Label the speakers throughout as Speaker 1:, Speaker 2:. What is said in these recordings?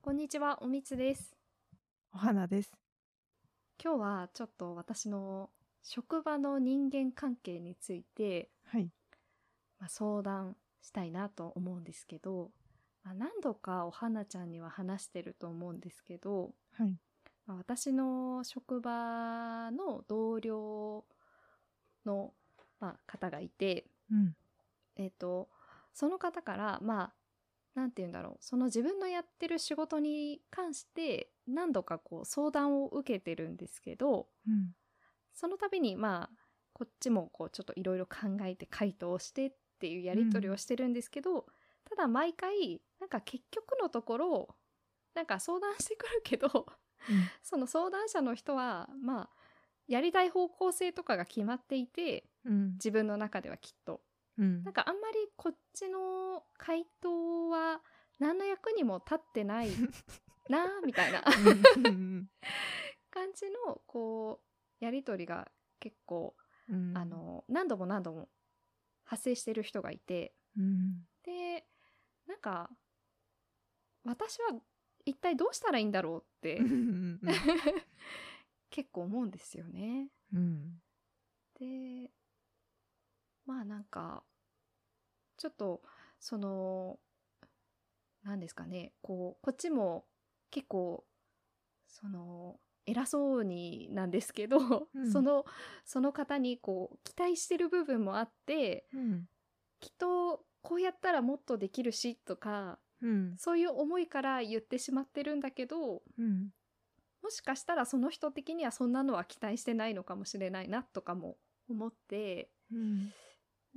Speaker 1: こんにちは、おみつです。
Speaker 2: お花です。
Speaker 1: 今日はちょっと私の職場の人間関係について、
Speaker 2: はい。
Speaker 1: まあ、相談したいなと思うんですけど、まあ、何度かお花ちゃんには話してると思うんですけど、
Speaker 2: はい。
Speaker 1: まあ、私の職場の同僚の、まあ、方がいて、
Speaker 2: うん。
Speaker 1: えっ、と、その方から、まあ、なんて言うんだろう、その自分のやってる仕事に関して、何度かこう相談を受けてるんですけど、
Speaker 2: うん。
Speaker 1: その度に、まあ、こっちもこうちょっといろいろ考えて回答してっていうやり取りをしてるんですけど、ただ毎回、なんか結局のところ、なんか相談してくるけど、 その相談者の人は、まあ、やりたい方向性とかが決まっていて、
Speaker 2: うん。
Speaker 1: 自分の中ではきっと。
Speaker 2: うん
Speaker 1: なんかあんまりこっちの回答は何の役にも立ってないなあみたいな
Speaker 2: うん。
Speaker 1: 感じのこうやり取りが結構、
Speaker 2: うん
Speaker 1: あ、の何度も何度も発生してる人がいて
Speaker 2: うん。
Speaker 1: でなんか私は一体どうしたらいいんだろうって
Speaker 2: うん。
Speaker 1: 結構思うんですよね。
Speaker 2: うん。
Speaker 1: でまあなんかちょっとその何ですかねこうこっちも結構その偉そうになんですけど、
Speaker 2: うん
Speaker 1: そのその方にこう期待してる部分もあって
Speaker 2: うん。
Speaker 1: きっとこうやったらもっとできるしとか
Speaker 2: うん。
Speaker 1: そういう思いから言ってしまってるんだけど
Speaker 2: うん。
Speaker 1: もしかしたらその人的にはそんなのは期待してないのかもしれないなとかも思って
Speaker 2: うん。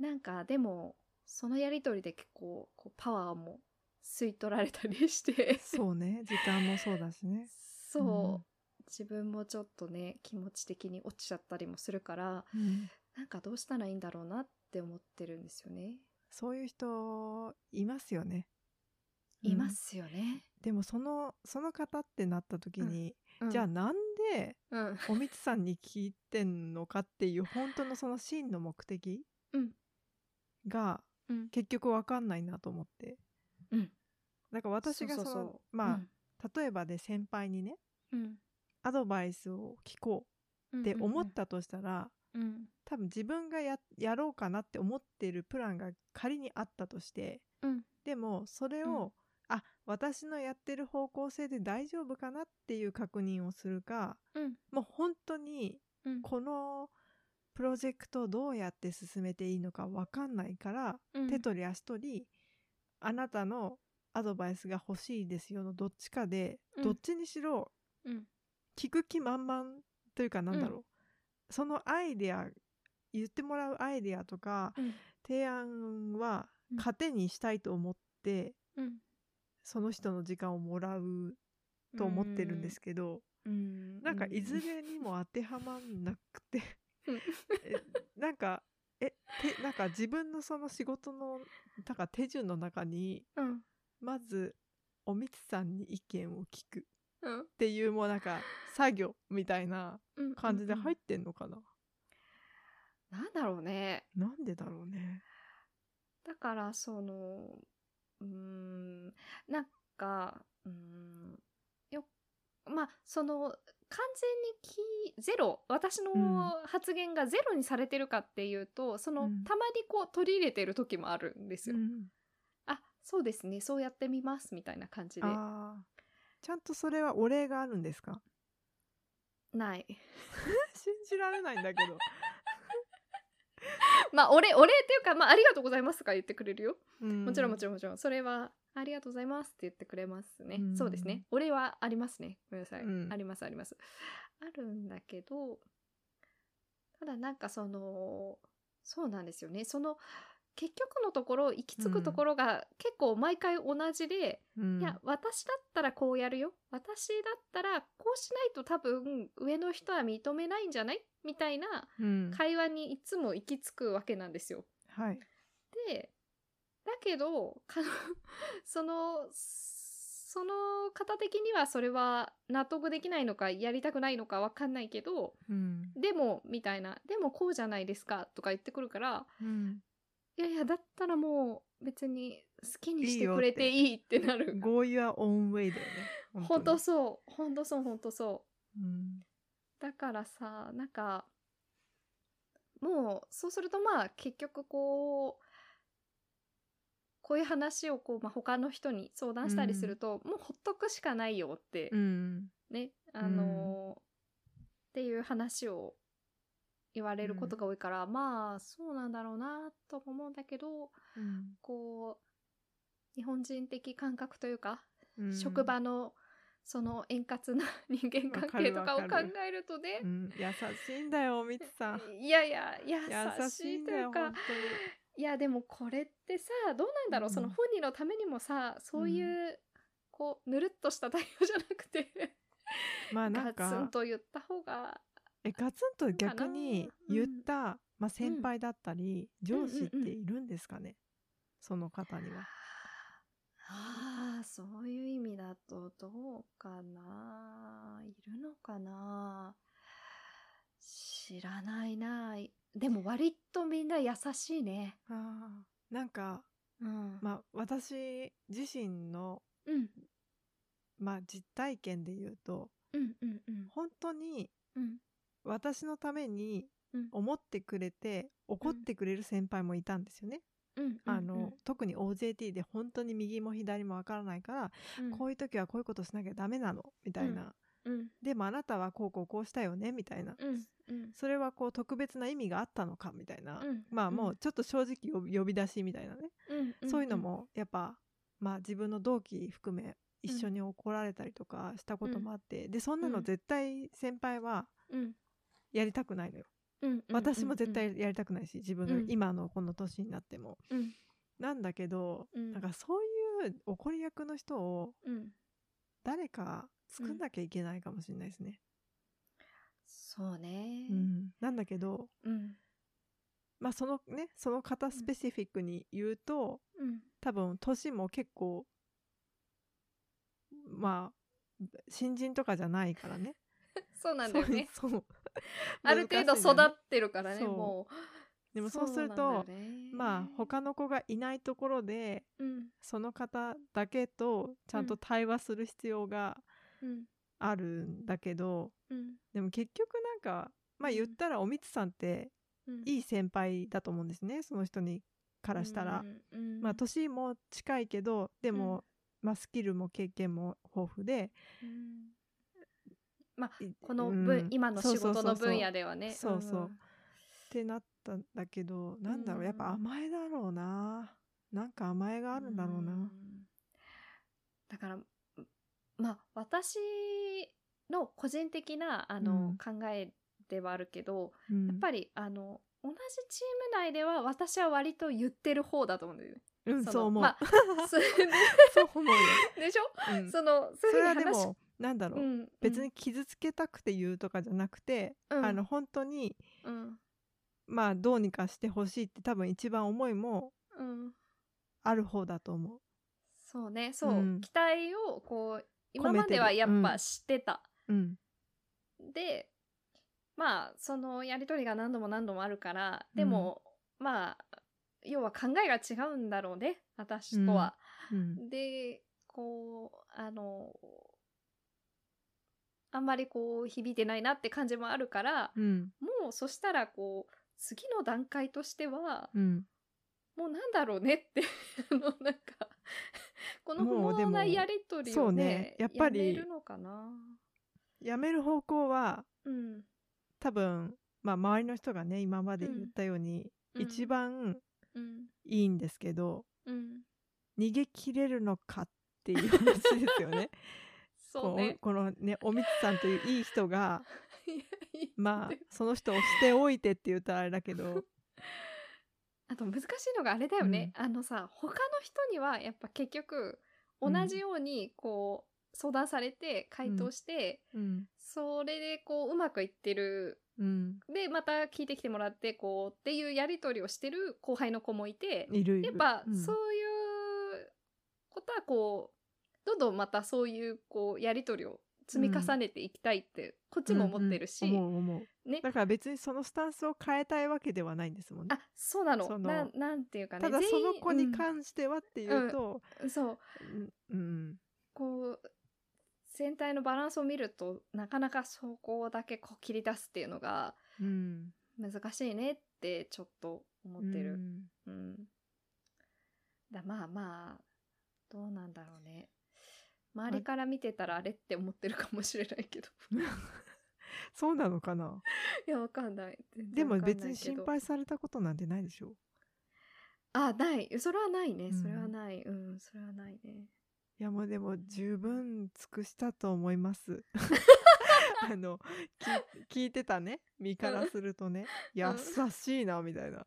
Speaker 1: なんかでもそのやりとりで結構こうパワーも吸い取られたりして
Speaker 2: そうね。時間もそうだしね。
Speaker 1: そう、
Speaker 2: うん
Speaker 1: 自分もちょっとね気持ち的に落ちちゃったりもするから
Speaker 2: うん。
Speaker 1: なんかどうしたらいいんだろうなって思ってるんですよね。
Speaker 2: そういう人、いますよね。
Speaker 1: いま。すよね。
Speaker 2: でも、その、その方ってなった時に、じゃあ
Speaker 1: うん、
Speaker 2: なんで、
Speaker 1: うん
Speaker 2: おみつさんに聞いてんのかっていう、本当のその真の目的
Speaker 1: うん
Speaker 2: が、
Speaker 1: うん
Speaker 2: 結局わかんないなと思って。
Speaker 1: うん
Speaker 2: だから私が
Speaker 1: そ
Speaker 2: その
Speaker 1: うそうそう
Speaker 2: まあ、例えばで先輩にね
Speaker 1: うん
Speaker 2: アドバイスを聞こ
Speaker 1: う、
Speaker 2: うんって思ったとしたら、
Speaker 1: うんうん
Speaker 2: 多分自分がややろうかなって思ってるプランが仮にあったとして
Speaker 1: うん
Speaker 2: でもそれを、あ私のやってる方向性で大丈夫かなっていう確認をするか
Speaker 1: うん
Speaker 2: もう本当に
Speaker 1: うん
Speaker 2: このプロジェクトをどうやって進めていいのか分かんないから、
Speaker 1: うん
Speaker 2: 手取り足取りあなたのアドバイスが欲しいですよのどっちかで、
Speaker 1: うん
Speaker 2: どっちにしろ
Speaker 1: うん
Speaker 2: 聞く気満々というかなんだろう、そのアイデア言ってもらうアイデアとか
Speaker 1: うん
Speaker 2: 提案は
Speaker 1: うん
Speaker 2: 糧にしたいと思って、
Speaker 1: うん
Speaker 2: その人の時間をもらうと思ってるんですけど、
Speaker 1: うん
Speaker 2: なんかいずれにも当てはまんなくて
Speaker 1: うん
Speaker 2: えなんかえてなんか自分のその仕事のなんか手順の中に
Speaker 1: うん
Speaker 2: まずおみつさんに意見を聞くっ
Speaker 1: うん
Speaker 2: ていうもうなんか作業みたいな
Speaker 1: うん
Speaker 2: 感じで入
Speaker 1: っ
Speaker 2: ってんのかな、
Speaker 1: なんだろうね
Speaker 2: なんでだろうね。
Speaker 1: だからそのうーんなんかうーんよまあその完全にきゼロ私
Speaker 2: うん
Speaker 1: の発言がゼロにされてるかっていうと、その
Speaker 2: うん
Speaker 1: たまにこう取り入れてる時もあるんですよ。
Speaker 2: うん、
Speaker 1: あそうですねそうやってみますみたいな感じで
Speaker 2: あーちゃんとそれはお礼があるんです か
Speaker 1: ない。
Speaker 2: 信じられないんだけど。
Speaker 1: まあお礼お礼っていうか、まあ、ありがとうございますとか言ってくれるよ。も
Speaker 2: も
Speaker 1: ちろんもち
Speaker 2: ろ
Speaker 1: ろん
Speaker 2: ん。
Speaker 1: もちろんそれはありがとうございますって言ってくれますね、
Speaker 2: うん
Speaker 1: そうですね俺はありますねごめんなさい、
Speaker 2: うん
Speaker 1: ありますありますあるんだけどただなんかそのそうなんですよねその結局のところ行き着くところが結構毎回同じで、
Speaker 2: うん
Speaker 1: いや私だったらこうやるよ私だったらこうしないと多分上の人は認めないんじゃないみたいな
Speaker 2: うん
Speaker 1: 会話にいつも行き着くわけなんですよ。
Speaker 2: はい。
Speaker 1: でだけどか そのその方的にはそれは納得できないのかやりたくないのかわかんないけど
Speaker 2: うん
Speaker 1: でもみたいなでもこうじゃないですかとか言ってくるから
Speaker 2: うん
Speaker 1: いやいやだったらもう別に好きにし
Speaker 2: いい
Speaker 1: て
Speaker 2: よっ
Speaker 1: く
Speaker 2: て
Speaker 1: れていいってなる
Speaker 2: 合意はオンウェイだよね。
Speaker 1: 本当そう本当そう本当そう
Speaker 2: うん
Speaker 1: だからさなんかもうそうするとまあ結局こうこういう話をこう、まあ、他の人に相談したりすると、もうほっとくしかないよって、
Speaker 2: うん
Speaker 1: ねあのーっていう話を言われることが多いから、まあそうなんだろうなとも思うんだけど
Speaker 2: うん
Speaker 1: こう日本人的感覚というか
Speaker 2: うん
Speaker 1: 職場のその円滑な 人間関係とかを考えるとね
Speaker 2: うん優しいんだよみつさん
Speaker 1: いやいや優
Speaker 2: 優
Speaker 1: し
Speaker 2: しい
Speaker 1: い
Speaker 2: ん
Speaker 1: と
Speaker 2: だ
Speaker 1: いう
Speaker 2: よ本当
Speaker 1: かいやでもこれってさどうなんだろう、
Speaker 2: うん
Speaker 1: その本人のためにもさそういう、こうぬるっとした対応じゃなくて
Speaker 2: にまあなん
Speaker 1: ガツン
Speaker 2: か
Speaker 1: と言った方が
Speaker 2: えガツンと逆に言った、まあ、先輩だったり、上司っているんですかね、その方には。
Speaker 1: ああそういう意味だとどうかないるのかな知らないなでも割とみんな優しいね
Speaker 2: あーなんか、
Speaker 1: うん、
Speaker 2: まあ、私自身の、
Speaker 1: うん
Speaker 2: まあ、実体験で言うと
Speaker 1: うんうんうん
Speaker 2: 本当に
Speaker 1: うん
Speaker 2: 私のために
Speaker 1: うん
Speaker 2: 思ってくれて怒ってくれる先輩もいたんですよね。
Speaker 1: うん
Speaker 2: あの、特に OJT で本当に右も左もわからないから、
Speaker 1: うん
Speaker 2: こういう時はこういうことしなきゃダメなのみたいな、
Speaker 1: うん
Speaker 2: でもあなたはこうこうこうしたよねみたいな、
Speaker 1: うんうん
Speaker 2: それはこう特別な意味があったのかみたいな、
Speaker 1: うん
Speaker 2: まあもうちょっと正直呼び呼び出しみたいなね、
Speaker 1: うんん
Speaker 2: そういうのもやっぱまあ自分の同期含め一緒に怒られたりとかしたこともあって、でそんな
Speaker 1: う
Speaker 2: の
Speaker 1: ん
Speaker 2: 絶対先輩は
Speaker 1: うん
Speaker 2: やりたくないのよ、
Speaker 1: うん
Speaker 2: 私も絶対やりたくないし自分の
Speaker 1: うん
Speaker 2: 今のこの年になっても、
Speaker 1: うん
Speaker 2: なんだけど、
Speaker 1: うん
Speaker 2: なんかそういう怒り役の人を
Speaker 1: うん
Speaker 2: 誰か作んなきゃいけないかもしれないですね、
Speaker 1: そうね
Speaker 2: うんなんだけど
Speaker 1: うん
Speaker 2: まあそのねその方スペシフィックに言うと、
Speaker 1: うん
Speaker 2: 多分年も結構まあ新人とかじゃないからね。
Speaker 1: そうなんだよね
Speaker 2: そうそう
Speaker 1: ある程度
Speaker 2: 難しいんだ
Speaker 1: 育
Speaker 2: よね
Speaker 1: ってるからね
Speaker 2: そう
Speaker 1: もう
Speaker 2: でもそうする
Speaker 1: な
Speaker 2: と
Speaker 1: んだよね
Speaker 2: まあ他の子がいないところで
Speaker 1: うん
Speaker 2: その方だけとちゃんと対話する必要が
Speaker 1: うん
Speaker 2: あるんだけど、
Speaker 1: うん
Speaker 2: でも結局なんかまあ
Speaker 1: うん
Speaker 2: 言ったらおみつさんって
Speaker 1: うん
Speaker 2: いい先輩だと思うんですねその人にからしたら。
Speaker 1: うんうん
Speaker 2: まあ年も近いけどでも、まあ、スキルも経験も豊富で
Speaker 1: うんまあ
Speaker 2: い
Speaker 1: この
Speaker 2: うん
Speaker 1: 分、今の仕
Speaker 2: そうそ
Speaker 1: 事
Speaker 2: うそ
Speaker 1: の
Speaker 2: うそう
Speaker 1: 分野ではね
Speaker 2: そうそうんってなったんだけどなんだろうやっぱ
Speaker 1: うん
Speaker 2: 甘えだろうななんか甘えがあるんだろうな、
Speaker 1: んだからまあ私の個人的なあの、
Speaker 2: うん
Speaker 1: 考えではあるけど、
Speaker 2: うん
Speaker 1: やっぱりあの同じチーム内では私は割と言ってる方だと思うんだよね。
Speaker 2: うん
Speaker 1: の
Speaker 2: そう思う、
Speaker 1: まあ、 す
Speaker 2: そう思うよ、
Speaker 1: でしょ、
Speaker 2: う ん
Speaker 1: そのそう
Speaker 2: それ
Speaker 1: いう
Speaker 2: は
Speaker 1: ふう
Speaker 2: で
Speaker 1: に話し
Speaker 2: もなんだろ
Speaker 1: う
Speaker 2: う、
Speaker 1: んうん
Speaker 2: 別に傷つけたくて言うとかじゃなくて、
Speaker 1: うん
Speaker 2: あの本当に
Speaker 1: うん
Speaker 2: まあどうにかしてほしいって多分一番思いも
Speaker 1: うん
Speaker 2: ある方だと思う
Speaker 1: そうねそう、
Speaker 2: うん
Speaker 1: 期待をこう今
Speaker 2: 込め
Speaker 1: ま
Speaker 2: てる
Speaker 1: ではやっ
Speaker 2: う
Speaker 1: ぱ
Speaker 2: ん
Speaker 1: してた、
Speaker 2: うん
Speaker 1: でまあそのやり取りが何度も何度もあるからでも、まあ要は考えが違うんだろうね私とは。
Speaker 2: うん
Speaker 1: でこうあのあんまりこう響いてないなって感じもあるから、
Speaker 2: うん
Speaker 1: もうそしたらこう次の段階としては、
Speaker 2: うん
Speaker 1: もうなんだろうねって あのなんかこの
Speaker 2: もう
Speaker 1: 不毛な
Speaker 2: でも
Speaker 1: やり取り
Speaker 2: そ
Speaker 1: を
Speaker 2: う
Speaker 1: ね
Speaker 2: ねやっぱり
Speaker 1: やめるのかな。
Speaker 2: やめる方向は
Speaker 1: うん
Speaker 2: 多分まあ周りの人がね今まで言ったように、
Speaker 1: うん
Speaker 2: 一番
Speaker 1: うん
Speaker 2: いいんですけど、
Speaker 1: うん
Speaker 2: 逃げ切れるのかっていう話ですよね。
Speaker 1: そうね。
Speaker 2: こうこのねおみつさんといういい 人がまあ
Speaker 1: で
Speaker 2: その人をしておいてって言ったらあれだ けど、
Speaker 1: あと難しいのがあれだよね、あのさ他の人にはやっぱ結局同じようにこう相談されて回答して、
Speaker 2: うん
Speaker 1: それでこううまくいってる
Speaker 2: うん、
Speaker 1: でまた聞いてきてもらってこうっていうやり取りをしてる後輩の子もいて
Speaker 2: いるいる
Speaker 1: やっぱ
Speaker 2: うん
Speaker 1: そういうことはこうどんどんまたそういうこうやり取りを積み重ねていきたいってこっちも思ってるし、
Speaker 2: うんうん思う思う
Speaker 1: ね
Speaker 2: だから別にそのスタンスを変えたいわけではないんですもんね
Speaker 1: あ。そうなの
Speaker 2: その
Speaker 1: なんなんていうかね
Speaker 2: ただその子に
Speaker 1: 関
Speaker 2: 関してはっていうと、
Speaker 1: そう
Speaker 2: うんうん
Speaker 1: こう全体のバランスを見るとなかなかそこだけこう切り出すっていうのが
Speaker 2: うん、
Speaker 1: 難しいねってちょっと思ってる。うん。だまあまあ、どうなんだろうね。周りから見てたらあれって思ってるかもしれ ないけど。
Speaker 2: うん。そうなのかない
Speaker 1: や、わかんない。全然
Speaker 2: でも
Speaker 1: わかんない
Speaker 2: 別に
Speaker 1: けど
Speaker 2: 心。配されたことなんてないでしょ
Speaker 1: あ、ない。それはないね。
Speaker 2: うん
Speaker 1: それはない。うん、それはないね。
Speaker 2: いやもうでも十分尽くしたと思い ます。あのき聞いてたね身からするとね優しいなみたいな。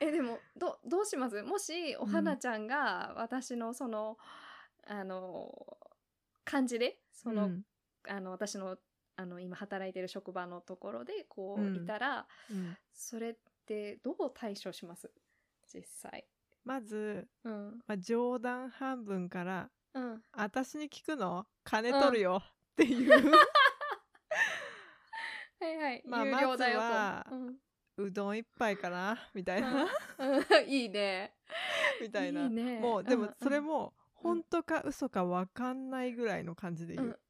Speaker 1: え、でも、ど、どうしますもし、お花ちゃんが、私のその、あの、感じで、その、
Speaker 2: うん
Speaker 1: あの、私の、あの、今働いてる職場のところで、こう、
Speaker 2: うん
Speaker 1: いたら、
Speaker 2: うん
Speaker 1: それってどう対処します実際。
Speaker 2: まず、
Speaker 1: うん。
Speaker 2: まあ、冗談半分から
Speaker 1: うん。
Speaker 2: 「私に聞くの金取るよ」っていう、
Speaker 1: はいはい。
Speaker 2: まあ
Speaker 1: 有料だよと。
Speaker 2: まずはうどん一杯かなみたいな
Speaker 1: うんうん。 いいね。
Speaker 2: みたいな。
Speaker 1: いいね
Speaker 2: もうで
Speaker 1: うんう
Speaker 2: も
Speaker 1: ん
Speaker 2: それも本当か嘘か分かんないぐらいの感じで言う。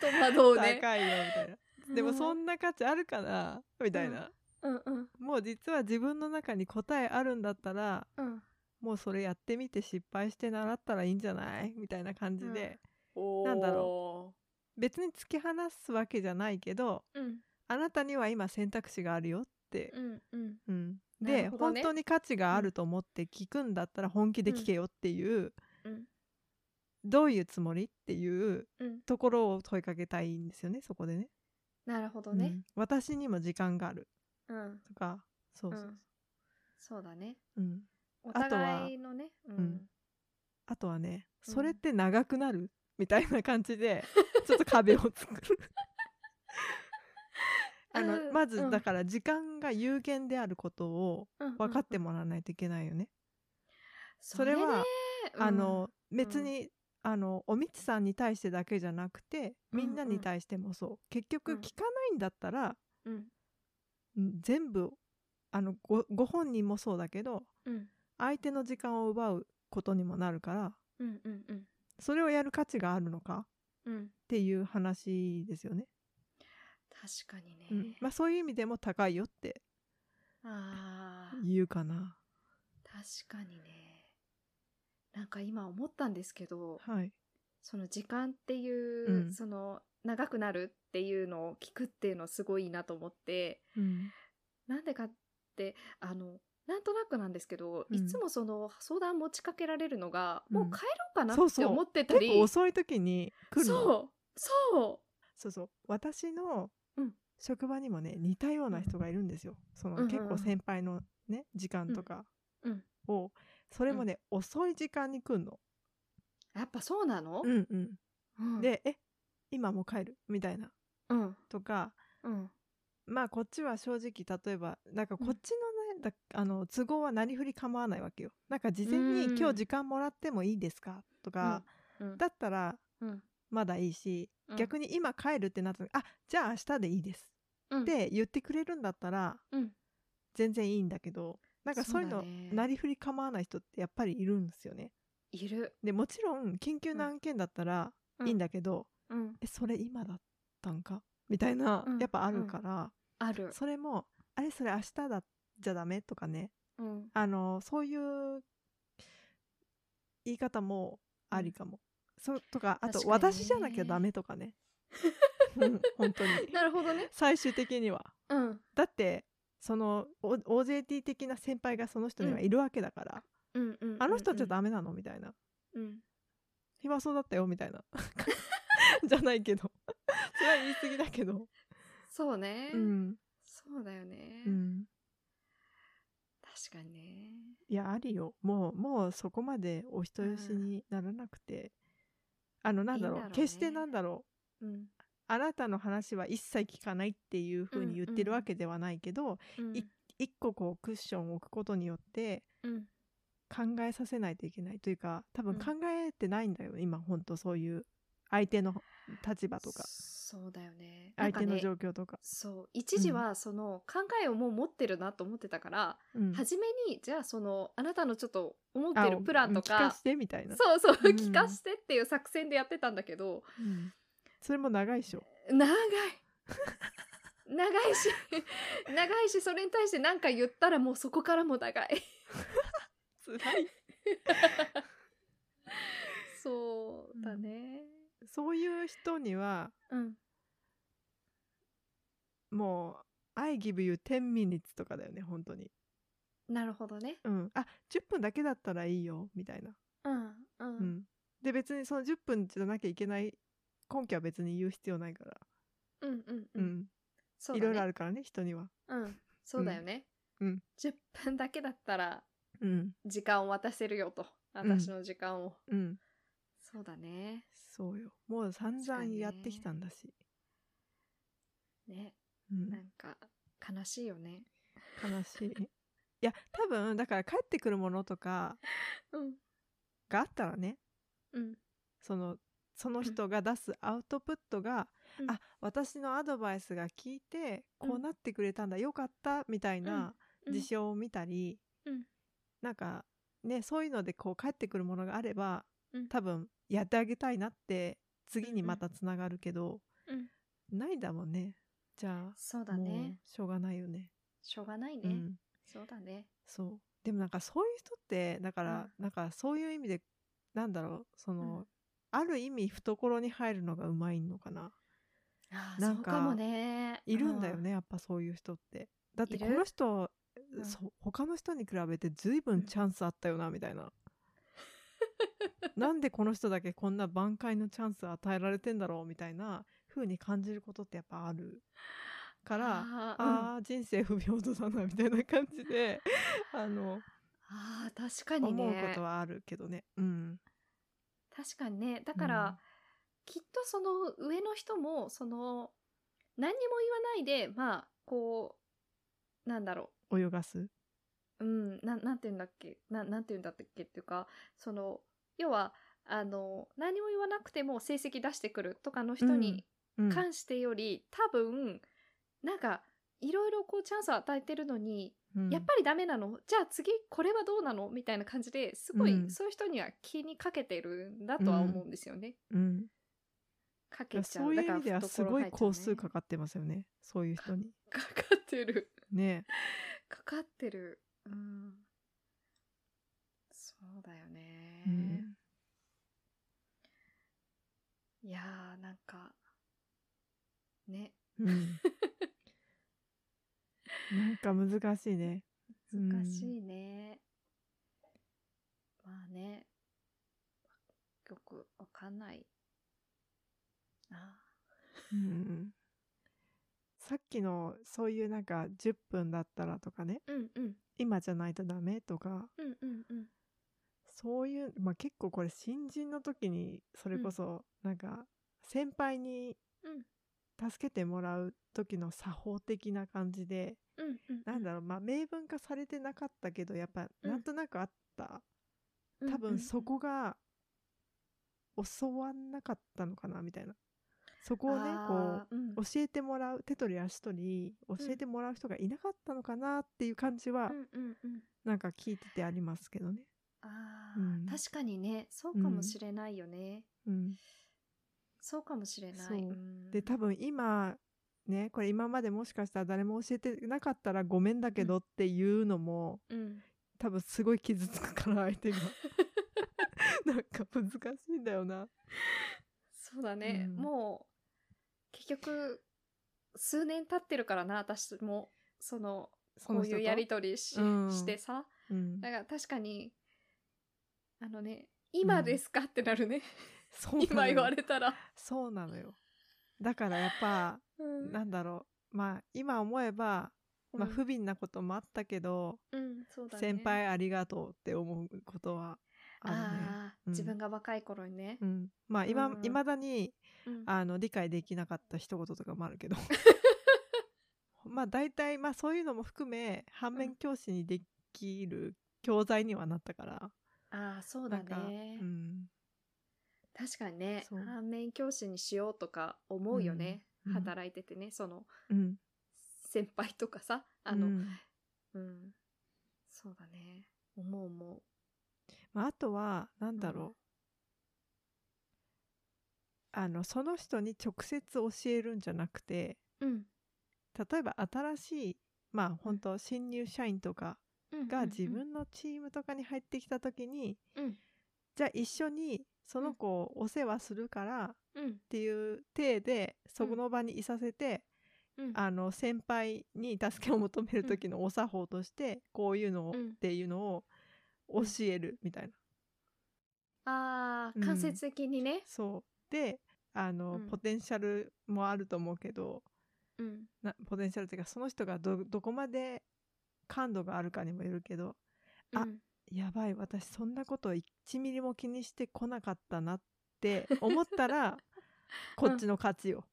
Speaker 1: 戸惑うね。
Speaker 2: 高いよみたいな。でもそ
Speaker 1: な。
Speaker 2: んな価値あるかなみたいな。
Speaker 1: うんうん
Speaker 2: もう実は自分の中に答えあるんだったら
Speaker 1: うん。
Speaker 2: もうそれやってみて失敗して習ったらいいんじゃないみたいな感じで、
Speaker 1: お
Speaker 2: なんだ
Speaker 1: ろ
Speaker 2: 別に突き放すわけじゃないけど
Speaker 1: う。うん
Speaker 2: あなたには今選択肢があるよって、
Speaker 1: うんうん。
Speaker 2: うん
Speaker 1: な
Speaker 2: で、
Speaker 1: るほど
Speaker 2: 本
Speaker 1: ね
Speaker 2: 当に価値があると思って聞くんだったら本気で聞けよっていう、
Speaker 1: うん
Speaker 2: どういうつもりっていう
Speaker 1: うん。
Speaker 2: ところを問いかけたいんですよねそこでね
Speaker 1: なるほど
Speaker 2: う
Speaker 1: ね。
Speaker 2: ん私にも時間がある
Speaker 1: うん。
Speaker 2: とかそう
Speaker 1: う
Speaker 2: そうそ
Speaker 1: ん。そうだね。
Speaker 2: う、うん、
Speaker 1: お
Speaker 2: とは
Speaker 1: 互いのね。う
Speaker 2: うんん。あとはね、
Speaker 1: うん
Speaker 2: それって長くなるみたいな感じ で、ちょっと壁を作る。あ
Speaker 1: う
Speaker 2: の、
Speaker 1: ん
Speaker 2: ま
Speaker 1: うん
Speaker 2: ず、だから時間が有限であることを分かって
Speaker 1: も。
Speaker 2: もらわないといけないよね。
Speaker 1: そ
Speaker 2: それは
Speaker 1: ね、うん
Speaker 2: あ、の、別に、あの、おみちさんに対してだけじゃなくて、みんなに対してもそう。結局、
Speaker 1: うん
Speaker 2: 聞かないんだったら、
Speaker 1: うん
Speaker 2: うん全部、あのご、ご本人もそうだけど、
Speaker 1: うん
Speaker 2: 相手の時間を奪うことにもなるから、
Speaker 1: うんうんうん
Speaker 2: それをやる価値があるのか
Speaker 1: うん。
Speaker 2: っていう話ですよね。
Speaker 1: 確かにね。
Speaker 2: うんまあ、そういう意味でも高いよって
Speaker 1: ああ、
Speaker 2: 言うかな。
Speaker 1: 確かにね。なんか今思ったんですけど、
Speaker 2: はい。
Speaker 1: その時間っていう、
Speaker 2: うん
Speaker 1: その長くなるっていうのを聞くっていうのすごいいいなと思って、
Speaker 2: うん。
Speaker 1: なんでかって、あの、なんとなくなんですけど、
Speaker 2: うん
Speaker 1: いつもその相談持ちかけられるのが、
Speaker 2: うん
Speaker 1: もう帰ろうかな
Speaker 2: そう
Speaker 1: っ
Speaker 2: そ
Speaker 1: て
Speaker 2: う
Speaker 1: 思ってた
Speaker 2: 結
Speaker 1: り、
Speaker 2: 構遅い時に来るの。
Speaker 1: そう、そ
Speaker 2: そうそう私の
Speaker 1: うん
Speaker 2: 職場にもね、似たような人がいるんですよ。その、
Speaker 1: うんうんうん
Speaker 2: 結構先輩のね時間とか
Speaker 1: う、うん。
Speaker 2: を、それもね、遅い時間に来るの。
Speaker 1: やっぱそうなの、
Speaker 2: んうん。
Speaker 1: うん、
Speaker 2: でえ今もう帰るみたいな
Speaker 1: うん、
Speaker 2: とか。
Speaker 1: うん、
Speaker 2: まあこっちは正直例えばなんかこっちのね、だあの都合はなりふり構わないわけよなんか事前に
Speaker 1: うん
Speaker 2: 今日時間もらってもいいですかとか、
Speaker 1: うん、
Speaker 2: だったら
Speaker 1: うん、
Speaker 2: まだいいし、
Speaker 1: うん
Speaker 2: 逆に今帰るってなったら「あじゃあ明日でいいです」
Speaker 1: うん、
Speaker 2: って言ってくれるんだったら
Speaker 1: うん、
Speaker 2: 全然いいんだけどなんかそういうの
Speaker 1: そうだね
Speaker 2: なりふり構わない人ってやっぱりいるんですよね。
Speaker 1: いる。
Speaker 2: でもちろん緊急な案件だったら
Speaker 1: うん
Speaker 2: いいんだけど、
Speaker 1: うん、
Speaker 2: えそれ今だったんかみたいな、
Speaker 1: うん
Speaker 2: やっぱあるから、
Speaker 1: ある。
Speaker 2: それも「あれそれ明日だじゃダメ」とかね
Speaker 1: うん、
Speaker 2: あのそういう言い方もありかも。そうとかあと
Speaker 1: 確かにね
Speaker 2: 私じゃなきゃダメと かね。うん本当に
Speaker 1: なるほどね。
Speaker 2: 最終的には
Speaker 1: うん、
Speaker 2: だってそのお OJT 的な先輩がその人にはいるわけだから、
Speaker 1: うん、うん、
Speaker 2: あの人じゃダメなのみたいな
Speaker 1: うん。
Speaker 2: 暇そうだったよみたいな じゃないけ どそれは言い過ぎだけど、
Speaker 1: そうね、
Speaker 2: うん
Speaker 1: そうだよね、
Speaker 2: うん、
Speaker 1: 確かにね。
Speaker 2: いやありよもうもうそこまでお人よしにならなくて、あのなんだろ
Speaker 1: いい
Speaker 2: う
Speaker 1: んだろうね
Speaker 2: 決してなんだろう
Speaker 1: うん。
Speaker 2: あなたの話は一切聞かないっていうふうに言ってるわけではないけど、
Speaker 1: うん
Speaker 2: い一個こうクッションを置くことによって
Speaker 1: うん。
Speaker 2: 考えさせないといけないというか多分
Speaker 1: うん
Speaker 2: 考えてないんだよ、今本当そういう相手の立場とか
Speaker 1: そうだよねなん
Speaker 2: 相
Speaker 1: か
Speaker 2: 手
Speaker 1: ね
Speaker 2: の状況とか
Speaker 1: そう一時
Speaker 2: うん
Speaker 1: はその考えをもう持ってるなと思ってたから、
Speaker 2: うん
Speaker 1: 初めにじゃあそのあなたのちょっと思って
Speaker 2: あ
Speaker 1: るプランと
Speaker 2: 聞か
Speaker 1: か
Speaker 2: してみたいな
Speaker 1: そうそう、
Speaker 2: うん
Speaker 1: 聞かしてっていう作戦でやってたんだけど
Speaker 2: うんそれも長 いでしょ
Speaker 1: 長い長いし長いしそれに対して何か言ったらもうそこからも長 い
Speaker 2: 辛い
Speaker 1: そうだね
Speaker 2: そういう人には
Speaker 1: うん
Speaker 2: もう「I give you 10 minutes」とかだよね本当に
Speaker 1: なるほどね
Speaker 2: うんあ10分だけだったらいいよみたいな
Speaker 1: うんうん、
Speaker 2: うんで別にその10分じゃなきゃいけない根拠は別に言う必要ないから
Speaker 1: うんうんう
Speaker 2: うんん
Speaker 1: そう
Speaker 2: い
Speaker 1: だね
Speaker 2: ろいろあるからね人には
Speaker 1: うんそうだよね、
Speaker 2: うんうん
Speaker 1: 10分だけだったら
Speaker 2: うん
Speaker 1: 時間を渡せるよと
Speaker 2: ん
Speaker 1: 私の時間を、
Speaker 2: うん
Speaker 1: そうだね
Speaker 2: そうよもう散
Speaker 1: 確
Speaker 2: 々
Speaker 1: かにね
Speaker 2: やってきたんだし、
Speaker 1: ね
Speaker 2: うん
Speaker 1: なんか悲しいよね
Speaker 2: 悲しいいや多分だから帰ってくるものとか
Speaker 1: うん
Speaker 2: があったらね
Speaker 1: うん
Speaker 2: そのその人が出すアウトプットが、
Speaker 1: うん
Speaker 2: あ私のアドバイスが聞いてこうなってくれたんだ、よかったみたいな
Speaker 1: うん
Speaker 2: 事象を見たり、
Speaker 1: うん
Speaker 2: なんかねそういうのでこう帰ってくるものがあれば、
Speaker 1: うん
Speaker 2: 多分やってあげたいなって次にまたつながるけど、
Speaker 1: うん
Speaker 2: ないだもんねじゃあ
Speaker 1: そうだ
Speaker 2: もう
Speaker 1: ね
Speaker 2: しょうがないよね。
Speaker 1: しょうがないね、
Speaker 2: うん
Speaker 1: そうだね
Speaker 2: そうでもなんかそういう人ってだから、なんかそういう意味でなんだろうそ
Speaker 1: う
Speaker 2: の、
Speaker 1: ん
Speaker 2: ある意味懐に入るのがうまいのかな
Speaker 1: あー
Speaker 2: なん
Speaker 1: そ
Speaker 2: か
Speaker 1: うかもね
Speaker 2: いるんだよ
Speaker 1: う
Speaker 2: ねやっぱそういう人ってだって
Speaker 1: い
Speaker 2: こ
Speaker 1: る
Speaker 2: の人、
Speaker 1: うん
Speaker 2: そう他の人に比べて随分チャンスあったよなみたいななんでこの人だけこんな挽回のチャンス与えられてんだろうみたいな風に感じることってやっぱあるか
Speaker 1: あー
Speaker 2: ら
Speaker 1: うん
Speaker 2: あー人生不平等だなみたいな感じであの
Speaker 1: あー確かにね
Speaker 2: 思うことはあるけどね。うん。
Speaker 1: 確かにねだから、
Speaker 2: うん
Speaker 1: きっとその上の人もその何にも言わないでまあこうなんだろ
Speaker 2: 泳がす。
Speaker 1: ううんななんて言うんだっけななんて言うんだっけっていうかその要はあの何にも言わなくても成績出してくるとかの人に
Speaker 2: うん
Speaker 1: 関してより、多分なんかいろいろこうチャンスを与えてるのに、
Speaker 2: うん
Speaker 1: やっぱりダメなのじゃあ次これはどうなのみたいな感じですごい、
Speaker 2: うん
Speaker 1: そういう人には気にかけてるんだとは思うんですよね。
Speaker 2: うん
Speaker 1: かけちゃう
Speaker 2: そうい
Speaker 1: だ
Speaker 2: う意
Speaker 1: から
Speaker 2: 味ではすごい
Speaker 1: 懐入っ
Speaker 2: 工
Speaker 1: ちゃう
Speaker 2: 数
Speaker 1: ね
Speaker 2: かかってますよね。そういう人に。
Speaker 1: かかってる
Speaker 2: ね。
Speaker 1: かかってるうんそうだよね、
Speaker 2: うん
Speaker 1: いやーなんかね
Speaker 2: うん。なんか難しいね。うん
Speaker 1: 難しいね、まあねよくわかんないあ
Speaker 2: うん。さっきのそういうなんか10分だったらとかね。
Speaker 1: うんうん
Speaker 2: 今じゃないとダメとか。
Speaker 1: うんうんうん
Speaker 2: そういう、まあ、結構これ新人の時にそれこそなんか先輩に
Speaker 1: うん
Speaker 2: 助けてもらう時の作法的な感じで、
Speaker 1: うんうん
Speaker 2: なんだろうまあ明文化されてなかったけどやっぱ
Speaker 1: うん
Speaker 2: なんとなくあった、
Speaker 1: うんうん
Speaker 2: 多
Speaker 1: う
Speaker 2: 分
Speaker 1: ん
Speaker 2: そこが教わんなかったのかなみたいなそこをね
Speaker 1: あ
Speaker 2: こ
Speaker 1: ーうん
Speaker 2: う教えてもらう手取り足取り教
Speaker 1: ん
Speaker 2: えてもらう人がいなかったのかなっていう感じは
Speaker 1: うんうんうん
Speaker 2: なんか聞いててありますけどね。
Speaker 1: あー、
Speaker 2: うん
Speaker 1: 確かにねそうかもしれないよね、
Speaker 2: うん
Speaker 1: そうかもしれない
Speaker 2: そうんで多分今ねこれ今までもしかしたら誰も教えてなかったらごめんだけどっていうのも、
Speaker 1: うん
Speaker 2: 多分すごい傷つくから 相手がなんか難しいんだよな
Speaker 1: そうだね、
Speaker 2: うん
Speaker 1: もう結局数年経ってるからな私もその
Speaker 2: そ
Speaker 1: こ
Speaker 2: の
Speaker 1: う
Speaker 2: 人と
Speaker 1: いうやり取りし,、
Speaker 2: うん
Speaker 1: してさ
Speaker 2: うん
Speaker 1: だから確かにあのね今ですか、ってなるね
Speaker 2: そうな
Speaker 1: 今
Speaker 2: の
Speaker 1: 言わ
Speaker 2: よ
Speaker 1: れたら、
Speaker 2: そうなのよだからやっぱ
Speaker 1: うん
Speaker 2: なんだろうまあ今思えば、まあ、
Speaker 1: うん
Speaker 2: 不憫なこともあったけど、
Speaker 1: うんそうだね
Speaker 2: 先輩ありがとうって思うことはあ
Speaker 1: あ
Speaker 2: るね
Speaker 1: あー、
Speaker 2: うん
Speaker 1: 自分が若い頃にね、
Speaker 2: うん、まあいま
Speaker 1: うん
Speaker 2: だに
Speaker 1: うん
Speaker 2: あの理解できなかった一言とかもあ るけどまあ大体まあそういうのも含め反面教師にできる教材にはなったから、
Speaker 1: あーそうだ
Speaker 2: なんか、
Speaker 1: ね、
Speaker 2: うん、
Speaker 1: 確かにね
Speaker 2: そう
Speaker 1: 反面教師にしようとか思うよね、
Speaker 2: うんうん
Speaker 1: 働いててねその
Speaker 2: うん、
Speaker 1: 先輩とかさあの、う
Speaker 2: うんん
Speaker 1: そうだね思う思
Speaker 2: まあ、あとはなんだろう、
Speaker 1: うん
Speaker 2: あのその人に直接教えるんじゃなくて
Speaker 1: う、うん、
Speaker 2: 例えば新しいまあ本当新入社員とかが自分のチームとかに入ってきた時に、
Speaker 1: うん
Speaker 2: じゃあ一緒にその子をお世話するからっ
Speaker 1: うん
Speaker 2: ていう体でそこの場にいさせて、
Speaker 1: うん
Speaker 2: あの先輩に助けを求める時のお作法としてこういうのを、
Speaker 1: うん
Speaker 2: っていうのを教えるみたいな。
Speaker 1: あー
Speaker 2: うん
Speaker 1: 間接的にね、
Speaker 2: そうであの、
Speaker 1: うん
Speaker 2: ポテンシャルもあると思うけど
Speaker 1: うん
Speaker 2: なポテンシャルっていうかその人がどどこまで感度があるかにもよるけどあ
Speaker 1: うん
Speaker 2: やばい私そんなこと1ミリも気にしてこなかったなって思った らこっちの勝ちよ。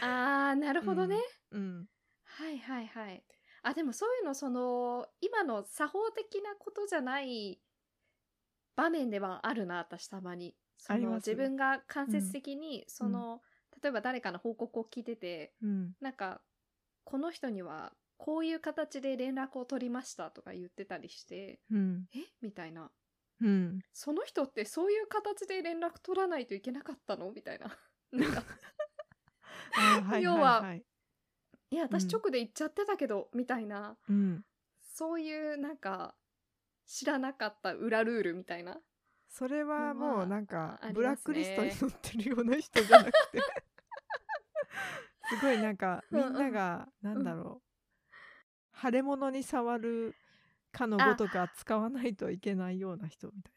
Speaker 1: あーなるほどね、
Speaker 2: うん、
Speaker 1: はいはいはいあでもそういうのその今の作法的なことじゃない場面ではあるな私たまにそ
Speaker 2: あり
Speaker 1: の
Speaker 2: ます
Speaker 1: 自分が間接的にその、例えば誰かの報告を聞いてて
Speaker 2: うん
Speaker 1: なんかこの人にはこういう形で連絡を取りましたとか言ってたりして
Speaker 2: うん
Speaker 1: えみたいな
Speaker 2: うん
Speaker 1: その人ってそういう形で連絡取らないといけなかったのみたい な。なんか
Speaker 2: あーはい
Speaker 1: 要
Speaker 2: はい
Speaker 1: は
Speaker 2: はい
Speaker 1: いや私
Speaker 2: うん
Speaker 1: 直で行っちゃってたけど、みたいな
Speaker 2: うん、
Speaker 1: そういうなんか知らなかった裏ルールみたいな
Speaker 2: それはもうなんか
Speaker 1: ありますね
Speaker 2: ブラックリストに載ってるような人じゃなくてすごいなんか
Speaker 1: うん
Speaker 2: み
Speaker 1: うん
Speaker 2: んながなんだろう腫れ物に触るかのごとく扱わないといけないような人みた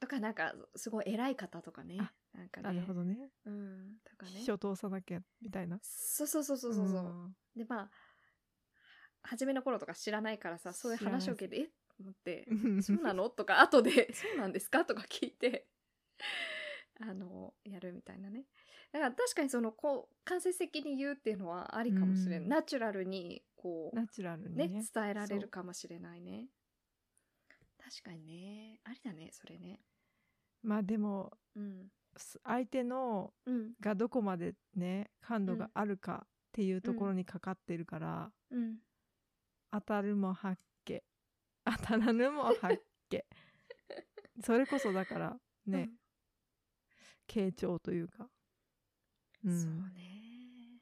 Speaker 1: とかなんかすごい偉い方とかね
Speaker 2: あ
Speaker 1: なんか
Speaker 2: い
Speaker 1: ね
Speaker 2: ななるほどね
Speaker 1: うんとかね
Speaker 2: 秘書通さなきゃみたいな
Speaker 1: そうそうそうそうそうそう
Speaker 2: うん
Speaker 1: でまあ初めの頃とか知らないからさそういう
Speaker 2: 知らない
Speaker 1: 話を受けてえっと思って
Speaker 2: うん
Speaker 1: そうなのと か後で「そうなんですか?」とか聞いてあのやるみたいなねだから確かにそのこう間接的に言うっていうのはありかもしれない、
Speaker 2: うん
Speaker 1: ナチュラルにこう
Speaker 2: ナチュラルにね
Speaker 1: ね伝えられ
Speaker 2: そ
Speaker 1: る
Speaker 2: う
Speaker 1: かもしれないね確かにねありだねそれね
Speaker 2: まあでも
Speaker 1: うん
Speaker 2: す相手の
Speaker 1: うん
Speaker 2: がどこまでね感度があるかっていうところにかかってるから、
Speaker 1: うん
Speaker 2: 当たるも八け当たらぬも八け それこそだからね、傾聴というか、う
Speaker 1: うん
Speaker 2: ん
Speaker 1: そうね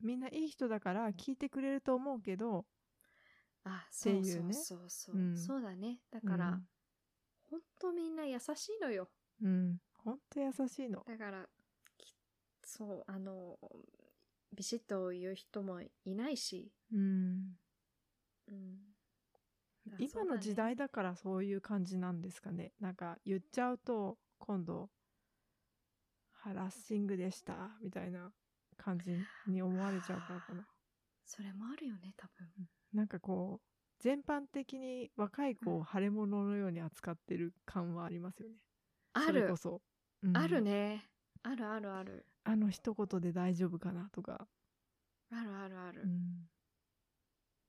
Speaker 2: みんないい人だから聞いてくれると思うけど
Speaker 1: あそう
Speaker 2: ってい
Speaker 1: そうう
Speaker 2: ね
Speaker 1: そうそう、
Speaker 2: うん
Speaker 1: そうだねだから、ほんとみんな優しいのよ
Speaker 2: うん、うん、ほんと優しいの
Speaker 1: だからきそうあのビシッと言う人もいないし、
Speaker 2: うん
Speaker 1: うん、だからそ
Speaker 2: 今
Speaker 1: うだ
Speaker 2: の
Speaker 1: ね
Speaker 2: 時代だからそういう感じなんですかねなんか言っちゃうと今度ハラッシングでしたみたいな感じに思われちゃうからかな
Speaker 1: それもあるよね多分
Speaker 2: なんかこう全般的に若い子を腫れ物のように扱ってる感はありますよね。
Speaker 1: あ
Speaker 2: それ
Speaker 1: る
Speaker 2: こそ、うん
Speaker 1: ある。ねあるあるある
Speaker 2: あの一言で大丈夫かなとか。
Speaker 1: あるあるある、
Speaker 2: うん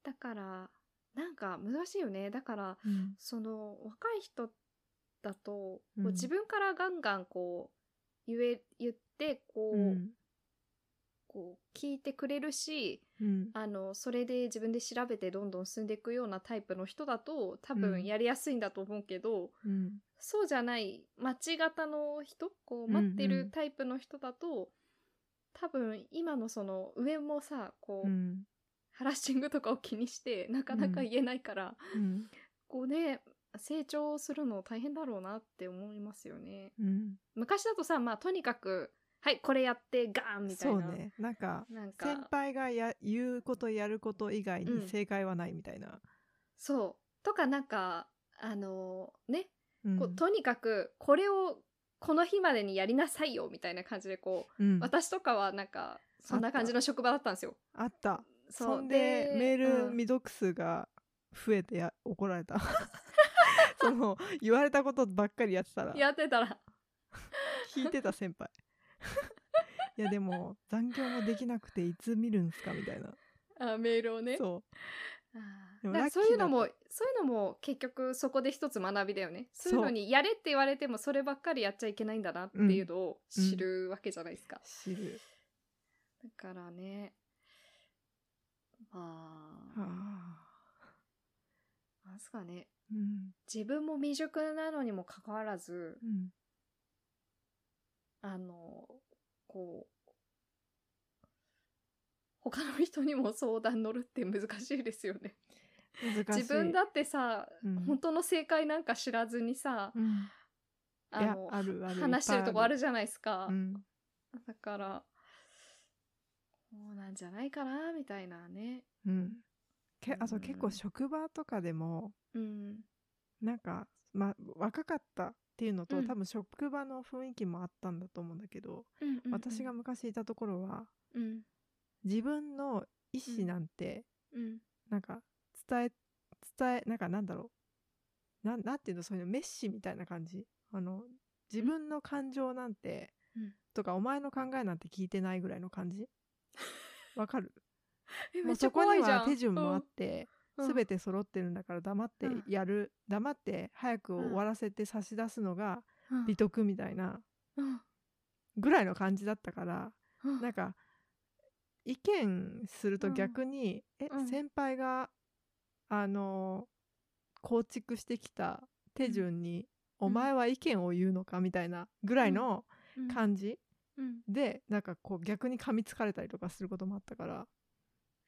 Speaker 1: だからなんか難しいよねだから
Speaker 2: うん
Speaker 1: その若い人だとこう
Speaker 2: うん
Speaker 1: 自分からガンガンこう言え言ってこう,、
Speaker 2: うん
Speaker 1: こう聞いてくれるし
Speaker 2: うん
Speaker 1: あのそれで自分で調べてどんどん進んでいくようなタイプの人だと多
Speaker 2: う
Speaker 1: 分
Speaker 2: ん
Speaker 1: やりやすいんだと思うけど、
Speaker 2: うん
Speaker 1: そうじゃない待ち型の人こ
Speaker 2: うん
Speaker 1: う
Speaker 2: うん
Speaker 1: 待ってるタイプの人だと、多分今のその上もさこう、
Speaker 2: うん
Speaker 1: ハラッシングとかを気にしてなかなか言えないから、
Speaker 2: うん
Speaker 1: こうね成長するの大変だろうなって思いますよね
Speaker 2: うん
Speaker 1: 昔だとさまあとにかくはいこれやってガーンみたい
Speaker 2: そ
Speaker 1: な
Speaker 2: うね。なんか
Speaker 1: なんか
Speaker 2: 先輩がや言うことやること以外
Speaker 1: うん
Speaker 2: に正解はないみたいな。
Speaker 1: そうとかなんかあのね
Speaker 2: うん
Speaker 1: こうとにかくこれをこの日までにやりなさいよみたいな感じでこう、
Speaker 2: うん
Speaker 1: 私とかはなんかそんな感じの職場だったんですよ
Speaker 2: あった。
Speaker 1: そう
Speaker 2: そんでメール
Speaker 1: うん
Speaker 2: 未読数が増えてや怒ら れたその言われたことばっかりやってたら
Speaker 1: やってたら
Speaker 2: 聞いてた先輩いやでも残業もできなくていつ見るんすかみたいな
Speaker 1: あメールをね
Speaker 2: そ
Speaker 1: あー
Speaker 2: でも
Speaker 1: だか
Speaker 2: ラ
Speaker 1: ら
Speaker 2: ッキ
Speaker 1: そ
Speaker 2: ー
Speaker 1: ういうの
Speaker 2: だ
Speaker 1: もそういうのも結局そこで一つ学びだよねそういう
Speaker 2: そ
Speaker 1: の
Speaker 2: う
Speaker 1: にやれって言われてもそればっかりやっちゃいけないんだなっていうのを知るわけじゃないですか、
Speaker 2: 知る。
Speaker 1: だからねまあ、
Speaker 2: あ
Speaker 1: なんすかね
Speaker 2: ーうん。
Speaker 1: 自分も未熟なのにもかかわらず
Speaker 2: うん。
Speaker 1: あのこう他の人にも相談乗るって難しいですよね
Speaker 2: 難しい。
Speaker 1: 自分だってさ、
Speaker 2: うん
Speaker 1: 本当の正解なんか知らずにさ、
Speaker 2: うん。い
Speaker 1: あ
Speaker 2: や
Speaker 1: の
Speaker 2: あるある
Speaker 1: 話してるとこあるじゃないですか、
Speaker 2: うん。
Speaker 1: だからこうなんじゃないかなみたいなね
Speaker 2: うん。けあ
Speaker 1: う
Speaker 2: と
Speaker 1: ん
Speaker 2: 結構職場とかでも、
Speaker 1: うん
Speaker 2: なんか、まあ、若かったっていうのと、
Speaker 1: うん
Speaker 2: 多分職場の雰囲気もあったんだと思うんだけど、
Speaker 1: うんうんうん
Speaker 2: 私が昔いたところは、
Speaker 1: うん
Speaker 2: 自分の意思なんて、
Speaker 1: うん
Speaker 2: なんか、伝え、伝え、なんかなんだろう。なん、なんていうの、そういうの、メッシみたいな感じ。あの、自分の感情なんて、
Speaker 1: うん
Speaker 2: とか、お前の考えなんて聞いてないぐらい の感じ。わかる
Speaker 1: え
Speaker 2: も
Speaker 1: め
Speaker 2: う
Speaker 1: っちゃ
Speaker 2: そこ
Speaker 1: 怖
Speaker 2: に
Speaker 1: いじゃん
Speaker 2: は手順もあっ
Speaker 1: う
Speaker 2: て、
Speaker 1: ん
Speaker 2: すべて揃ってるんだから黙って
Speaker 1: うん
Speaker 2: やる、黙って早く終わらせて差し出すのが
Speaker 1: うん
Speaker 2: 美徳みたいな
Speaker 1: うん
Speaker 2: ぐらいの感じだったから、
Speaker 1: うん
Speaker 2: なんか意見すると逆に、え、
Speaker 1: うん
Speaker 2: 先輩があの構築してきた手順に、
Speaker 1: ん
Speaker 2: お前は意見を言うのかみたいなぐらいの
Speaker 1: うん
Speaker 2: 感じ
Speaker 1: うん
Speaker 2: で、なんかこう逆に噛みつかれたりとかすることもあったから、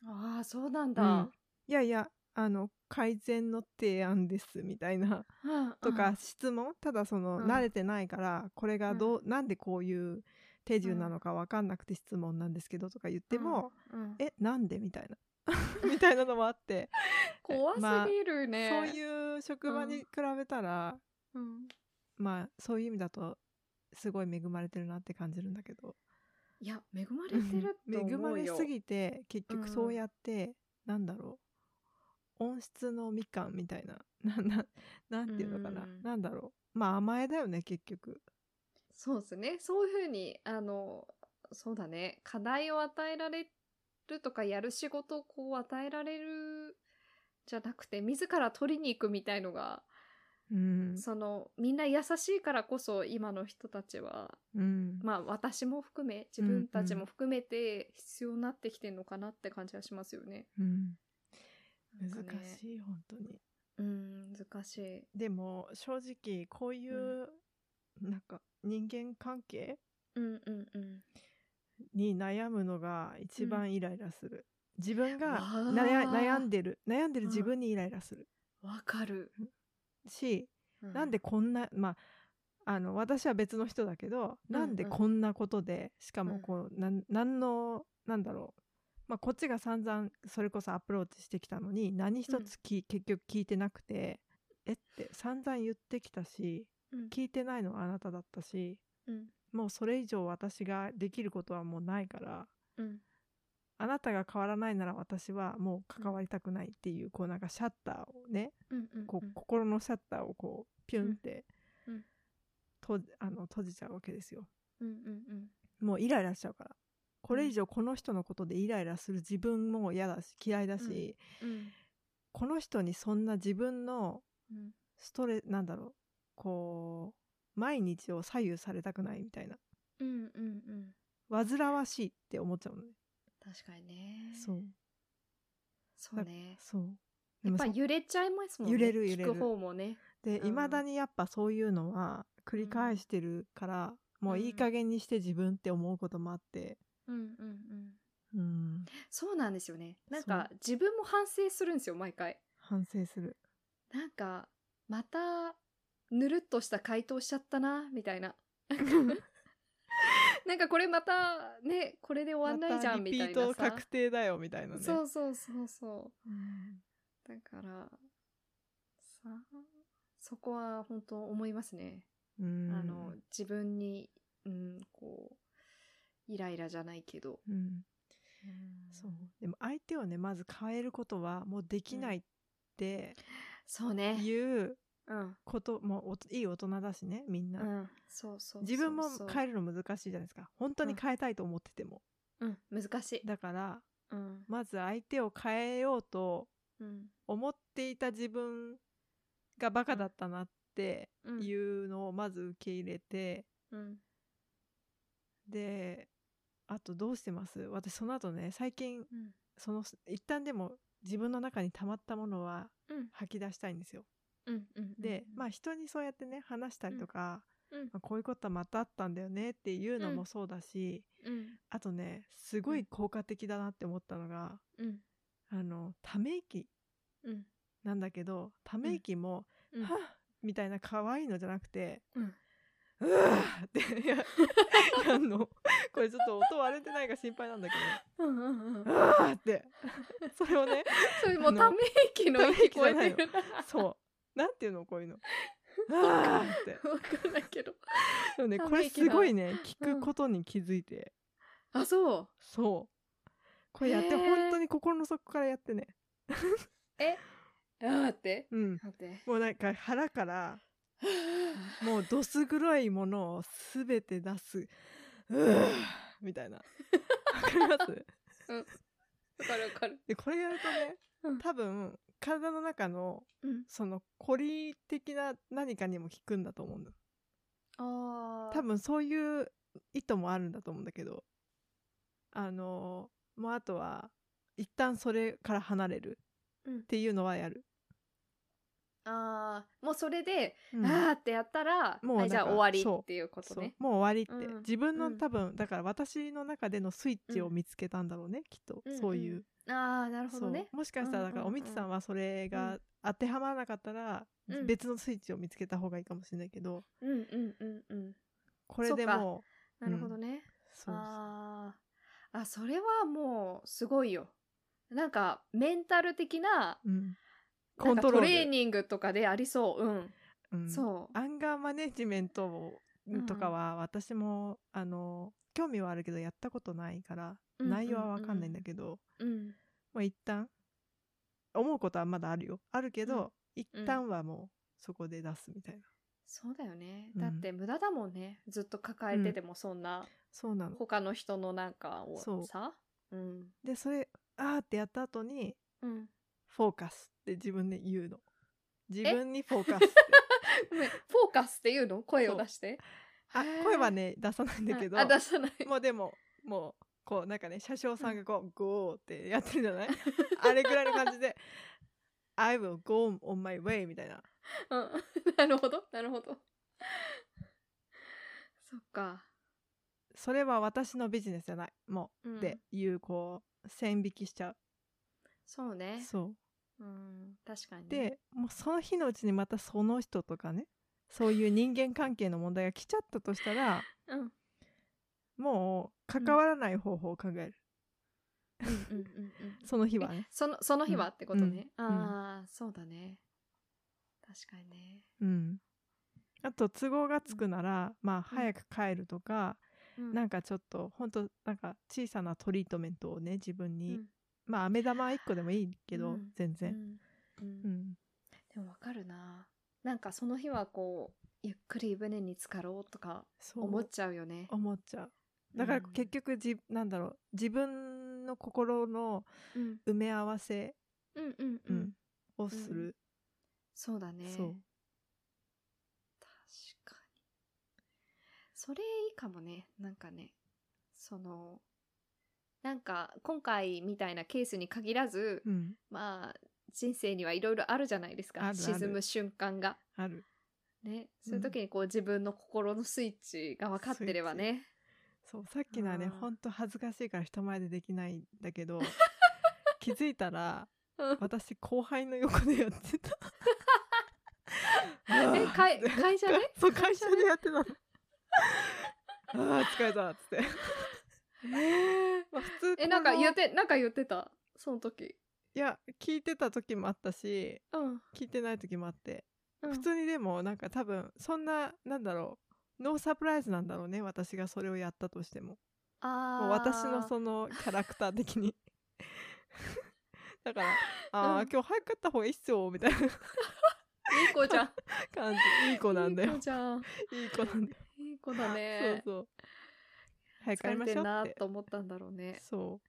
Speaker 1: ああそうなん
Speaker 2: う
Speaker 1: だ
Speaker 2: ん、いやいやあの改善の提案ですみたいな
Speaker 1: うん
Speaker 2: とか、質問ただその、
Speaker 1: うん
Speaker 2: 慣れてないからこれがどう、なんでこういう手順なのか分かんなくて質問なんですけどとか言っても、
Speaker 1: うんうん
Speaker 2: えなんでみ たいなみたいなのもあって、
Speaker 1: 怖すぎるね、
Speaker 2: そう
Speaker 1: う、
Speaker 2: いう職場に比べたら、
Speaker 1: ん、
Speaker 2: まあそういう意味だとすごい恵まれてるなって感じるんだけど
Speaker 1: いや恵まれてると
Speaker 2: 恵
Speaker 1: 思
Speaker 2: ま
Speaker 1: う
Speaker 2: れ
Speaker 1: よ
Speaker 2: すぎて結
Speaker 1: うん
Speaker 2: 局そうやって、なんだろう温室のみかんみたいな なななんていうのかな、
Speaker 1: うん
Speaker 2: なんだろうまあ甘えだよね結局。
Speaker 1: そうですね。そういうふうに、あの、そうだね。課題を与えられるとか、やる仕事をこう与えられるじゃなくて、自ら取りに行くみたいのが、
Speaker 2: うん
Speaker 1: その、みんな優しいからこそ、今の人たちは、
Speaker 2: うん
Speaker 1: まあ私も含め、自分たちも含めて必要になってきてるのかなって感じはしますよね。
Speaker 2: うん、
Speaker 1: な
Speaker 2: 難
Speaker 1: んかね
Speaker 2: しい本当に
Speaker 1: うん、難しい。
Speaker 2: でも正直こういう、なんか人間関係
Speaker 1: うんうんうん。
Speaker 2: に悩むのが一番イライラする、自分が
Speaker 1: わー
Speaker 2: 悩悩んでる悩んでる
Speaker 1: うん
Speaker 2: 自分にイライラする、
Speaker 1: わかる。
Speaker 2: し、
Speaker 1: う
Speaker 2: なんで、こんなまああの私は別の人だけど、
Speaker 1: うん
Speaker 2: なんでこんなことでしか
Speaker 1: う
Speaker 2: も
Speaker 1: ん
Speaker 2: こうなんなんのなんだろうまあ、こっちが散々それこそアプローチしてきたのに何一つき、結局聞いてなくてえって散々言ってきたし
Speaker 1: うん
Speaker 2: 聞いてないのはあなただったし
Speaker 1: うん
Speaker 2: もうそれ以上私ができることはもうないから
Speaker 1: うん。
Speaker 2: あなたが変わらないなら私はもう関わりたくないっていう、こうなんかシャッターをね
Speaker 1: うんうんうん。
Speaker 2: こう心のシャッターをこうピュンって、
Speaker 1: うんうん
Speaker 2: とあの閉じちゃうわけですよ
Speaker 1: うんうんうん。
Speaker 2: もうイライラしちゃうからこれ以上この人のことでイライラする自分も嫌だし嫌いだし、
Speaker 1: うん
Speaker 2: この人にそんな自分の
Speaker 1: うん。
Speaker 2: ストレなんだろうこう毎日を左右されたくないみたいな
Speaker 1: うんうんうん。
Speaker 2: 煩わしいって思っちゃうのね
Speaker 1: 確かにね。
Speaker 2: そう
Speaker 1: そうね。
Speaker 2: そう
Speaker 1: や
Speaker 2: で
Speaker 1: っ
Speaker 2: も
Speaker 1: ぱ
Speaker 2: そ
Speaker 1: 揺れちゃいますもんね。
Speaker 2: 揺れる揺れる
Speaker 1: 聞く方もね。
Speaker 2: で
Speaker 1: うん
Speaker 2: いまだにやっぱそういうのは繰り返してるから、もういい加減にして自分って思うこともあって、
Speaker 1: うんうんうん。
Speaker 2: うん、
Speaker 1: そうなんですよね。なんか自分も反省するんですよ、毎回。
Speaker 2: 反省する。
Speaker 1: なんか、また、ぬるっとした回答しちゃったな、みたいな。なんかこれまた、ね、これで終わんないじゃん、
Speaker 2: また
Speaker 1: み
Speaker 2: リピ
Speaker 1: た
Speaker 2: ー
Speaker 1: い
Speaker 2: ト
Speaker 1: なさ。
Speaker 2: 確定だよみたいなね。
Speaker 1: そうそうそうそう。
Speaker 2: うん
Speaker 1: だから、さそこは本当思いますね。
Speaker 2: うん
Speaker 1: あの、自分に、うん、こう、イライラじゃないけど。
Speaker 2: うん、そうでも相手をねまず変えることはもうできないって
Speaker 1: そうね。
Speaker 2: いう
Speaker 1: うん。
Speaker 2: こともおいい大人だしねみんな、
Speaker 1: うん。そうそうそうそう。
Speaker 2: 自分も変え
Speaker 1: る。
Speaker 2: るの難しいじゃないですか本当に変えたいと思ってても、
Speaker 1: うん。難しい。
Speaker 2: だから
Speaker 1: うん。
Speaker 2: まず相手を変えようと
Speaker 1: うん
Speaker 2: 思っていた自分がバカだったなって
Speaker 1: うん
Speaker 2: いうのをまず受け入れて、
Speaker 1: うん
Speaker 2: であとどうしてます私その後ね最近
Speaker 1: うん
Speaker 2: その一旦でも自分の中に溜まったものは
Speaker 1: うん
Speaker 2: 吐き出したいんですよ。
Speaker 1: うんうん
Speaker 2: で、まあ
Speaker 1: あ
Speaker 2: 人にそうやってね話したりとか、
Speaker 1: うん
Speaker 2: まあこういうことまたあったんだよねっていうのもそうだし、
Speaker 1: うん
Speaker 2: あとねすごい効果的だなって思ったのが、
Speaker 1: うん
Speaker 2: あのため息
Speaker 1: うん
Speaker 2: なんだけどため息も「
Speaker 1: うん
Speaker 2: はっみたいな可愛いのじゃなくて
Speaker 1: うん
Speaker 2: 「うわ!」って や やんのこれちょっと音割れてないか心配なんだけ
Speaker 1: うんう んうん
Speaker 2: ど「うわ!」ってそれをね
Speaker 1: それもう
Speaker 2: あの
Speaker 1: ため息の息
Speaker 2: ため息じゃ
Speaker 1: 聞こ
Speaker 2: ない
Speaker 1: え
Speaker 2: よ
Speaker 1: てるな
Speaker 2: そうなんていうのこういうの「うわ!」って
Speaker 1: わかんないけど
Speaker 2: でもね
Speaker 1: ため息だ
Speaker 2: これすごいね聞くことに気づいて
Speaker 1: あそう
Speaker 2: そうこれやって
Speaker 1: へー
Speaker 2: 本当に心の底からやってね
Speaker 1: あーって
Speaker 2: うん
Speaker 1: 待って
Speaker 2: もうなんか腹から もうどす黒いものをすべて出す。うーみたいな。わかります
Speaker 1: わかるわかる
Speaker 2: で、これやるとね
Speaker 1: うん、
Speaker 2: 多分、体の中の、
Speaker 1: うん
Speaker 2: その、コリ的な何かにも効くんだと思うんだ。
Speaker 1: あー
Speaker 2: 多分、そういう意図もあるんだと思うんだけど。あのーもうあとは、一旦それから離れる
Speaker 1: うん
Speaker 2: っていうのはやる。
Speaker 1: あーもうそれで
Speaker 2: うん
Speaker 1: あーってやったら
Speaker 2: もうなんか
Speaker 1: あじゃあ終わり
Speaker 2: そう
Speaker 1: っていうこと
Speaker 2: そう
Speaker 1: ね
Speaker 2: もう終わりって、
Speaker 1: うん
Speaker 2: 自分
Speaker 1: う
Speaker 2: の
Speaker 1: ん
Speaker 2: 多分だから私の中でのスイッチを見つけたんだろうね、きっと、
Speaker 1: うん
Speaker 2: そういう、
Speaker 1: ああなるほ
Speaker 2: そ
Speaker 1: ど
Speaker 2: う
Speaker 1: ね
Speaker 2: もしかしたらだから
Speaker 1: うん
Speaker 2: お
Speaker 1: うんうん
Speaker 2: みちさんはそれ
Speaker 1: う
Speaker 2: が当てはまらなかったら、
Speaker 1: うん
Speaker 2: 別のスイッチを見つけた方がいいかもしれないけど
Speaker 1: うんうんうんうん
Speaker 2: これでも
Speaker 1: なるほどね
Speaker 2: そう
Speaker 1: あーあそれはもうすごいよなんかメンタル的な
Speaker 2: うん、
Speaker 1: な
Speaker 2: コ
Speaker 1: ん
Speaker 2: ン
Speaker 1: か
Speaker 2: トロ
Speaker 1: ト
Speaker 2: ール
Speaker 1: レーニングとかでありそううん、
Speaker 2: うん
Speaker 1: そう
Speaker 2: アンガーマネジメントを
Speaker 1: うん
Speaker 2: とかは私も、あの興味はあるけどやったことないか
Speaker 1: う
Speaker 2: ら、
Speaker 1: んうんうん
Speaker 2: 内容はわかんないんだけど、
Speaker 1: うん
Speaker 2: まあ、一旦思うことはまだあるよあるけど、一
Speaker 1: うん
Speaker 2: 旦はもうそこで出すみたいな、
Speaker 1: そうだよね
Speaker 2: うん
Speaker 1: だって無駄だもんね、ずっと抱えててもそんな
Speaker 2: そうなの
Speaker 1: 他の人のなんか
Speaker 2: そう
Speaker 1: をさうん
Speaker 2: でそれあーってやった後に
Speaker 1: うん
Speaker 2: フォーカスって自分で言うの自分にフォー カスって
Speaker 1: ごめんフォーカスっていうの声を出して
Speaker 2: あ
Speaker 1: へー
Speaker 2: 声はね出さないんだけど
Speaker 1: あ出さない
Speaker 2: もうでももうこうなんかね車掌さんがこう、ゴーってやってるじ ゃないあれぐらいの感じで I will go on my way みたいな
Speaker 1: うん、 なるほどなるほど そっか、
Speaker 2: それは私のビジネスじゃないも
Speaker 1: うん
Speaker 2: うっていうこう線引きしちゃ
Speaker 1: そう
Speaker 2: う
Speaker 1: ね
Speaker 2: そ
Speaker 1: う
Speaker 2: う
Speaker 1: ん確かにね、
Speaker 2: でもうその日のうちにまたその人とかねそういう人間関係の問題が来ちゃったとしたら
Speaker 1: うん、うん
Speaker 2: もう関わらない方法を考える、
Speaker 1: うんうんうん
Speaker 2: その日はね
Speaker 1: そのその日はってことね、
Speaker 2: うんうん
Speaker 1: ああそうだね確かにね、
Speaker 2: うんあと都合がつくなら、まあ早く帰るとか、
Speaker 1: うん
Speaker 2: なんかちょっとほんとなんか小さなトリートメントをね自分
Speaker 1: う
Speaker 2: に、
Speaker 1: ん
Speaker 2: まあ飴玉1個でもいいけど、
Speaker 1: うん
Speaker 2: 全
Speaker 1: う
Speaker 2: 然
Speaker 1: んうん
Speaker 2: うん、
Speaker 1: でもわかるななんかその日はこうゆっくり船に浸かろうとか
Speaker 2: そう
Speaker 1: 思っちゃうよね
Speaker 2: 思っちゃうだから
Speaker 1: うん
Speaker 2: 結局じ、なんだろう自分の心の
Speaker 1: うん
Speaker 2: 埋め合わせ、
Speaker 1: うんうんう、
Speaker 2: うんん、をする、
Speaker 1: そうだね
Speaker 2: そう
Speaker 1: 確かにそれいいかもねなんかねそのなんか今回みたいなケースに限らず、
Speaker 2: うん、
Speaker 1: まあ人生にはいろいろあるじゃないですか
Speaker 2: あるある
Speaker 1: 沈む瞬間が
Speaker 2: ある
Speaker 1: ねそういう時にこう自分の心のスイッチが分かってればね
Speaker 2: そうさっきのはね
Speaker 1: あー
Speaker 2: ほんと恥ずかしいから人前でできないんだけど 気づいたら
Speaker 1: うん
Speaker 2: 私後輩の横でやってたあ
Speaker 1: え
Speaker 2: ー
Speaker 1: 会会社で
Speaker 2: そう会社でやってたの ああ疲れたっつって、まあ、普通
Speaker 1: えなんか
Speaker 2: この
Speaker 1: 言ってなんか言ってたその時
Speaker 2: いや聞いてた時もあったし
Speaker 1: うん、
Speaker 2: 聞いてない時もあって、
Speaker 1: うん
Speaker 2: 普通にでもなんか多分そんななんだろうノーサプライズなんだろうね私がそれをやったとしても
Speaker 1: あー
Speaker 2: もう私のそのキャラクター的に だから「ああ、
Speaker 1: うん
Speaker 2: 今日早く帰った方がいいっすよ」みたいない
Speaker 1: い子じゃん
Speaker 2: 感 じいい子なんだよ
Speaker 1: いい子じゃん
Speaker 2: いい子なんだよ、
Speaker 1: いい子だね
Speaker 2: そうそう早く帰り
Speaker 1: 疲れ
Speaker 2: ま
Speaker 1: て
Speaker 2: しょ
Speaker 1: ん
Speaker 2: う
Speaker 1: な
Speaker 2: って
Speaker 1: と思ったんだろうね
Speaker 2: そ